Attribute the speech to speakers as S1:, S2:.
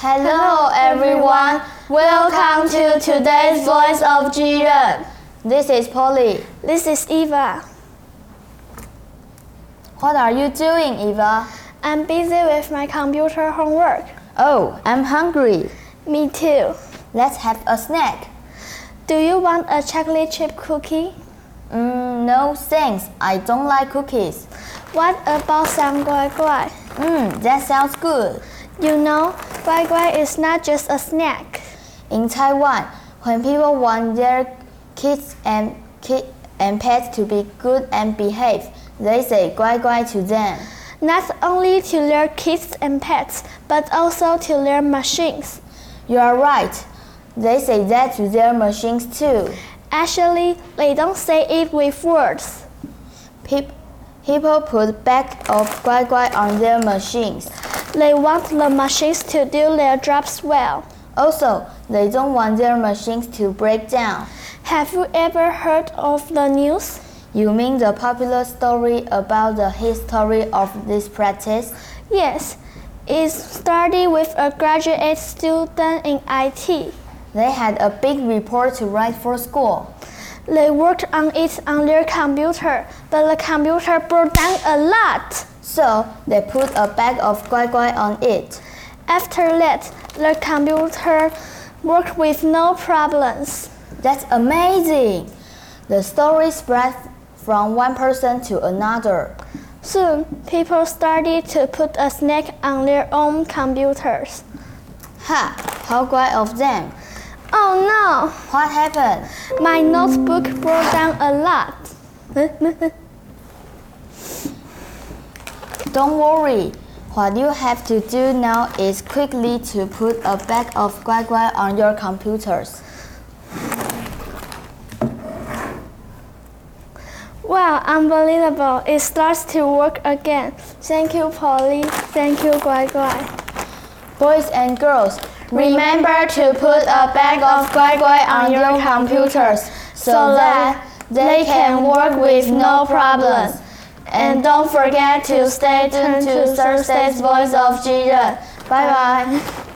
S1: Hello everyone, welcome to today's Voice of Jiren. This is Polly.
S2: This is Eva.
S1: What are you doing, Eva?
S2: I'm busy with my computer homework.
S1: Oh, I'm hungry.
S2: Me too.
S1: Let's have a snack.
S2: Do you want a chocolate chip cookie?
S1: Mm, no thanks, I don't like cookies.
S2: What about some guai guai?
S1: Mm, that sounds good.
S2: You know, guai guai is not just a snack.
S1: In Taiwan, when people want their kids and ki and pets to be good and behave, they say guai guai to them.
S2: Not only to their kids and pets, but also to their machines.
S1: You are right. They say that to their machines too.
S2: Actually, they don't say it with words.
S1: Peop- people put back of guai guai on their machines.
S2: They want the machines to do their jobs well.
S1: Also, they don't want their machines to break down.
S2: Have you ever heard of the news?
S1: You mean the popular story about the history of this practice?
S2: Yes, it started with a graduate student in IT.
S1: They had a big report to write for school.
S2: They worked on it on their computer, but the computer broke down a lot.
S1: So they put a bag of guai guai on it.
S2: After that, the computer worked with no problems.
S1: That's amazing! The story spread from one person to another.
S2: Soon, people started to put a snack on their own computers.
S1: Ha! How guai of them!
S2: Oh no!
S1: What happened?
S2: My notebook broke down a lot.
S1: Don't worry. What you have to do now is quickly to put a bag of guai guai on your computers.
S2: Wow, unbelievable. It starts to work again. Thank you, Polly. Thank you, Guai Guai.
S1: Boys and girls, remember to put a bag of guai guai on your computers so that they can work with no problems. And don't forget to stay tuned to Thursday's Voice of Jiren. Bye bye.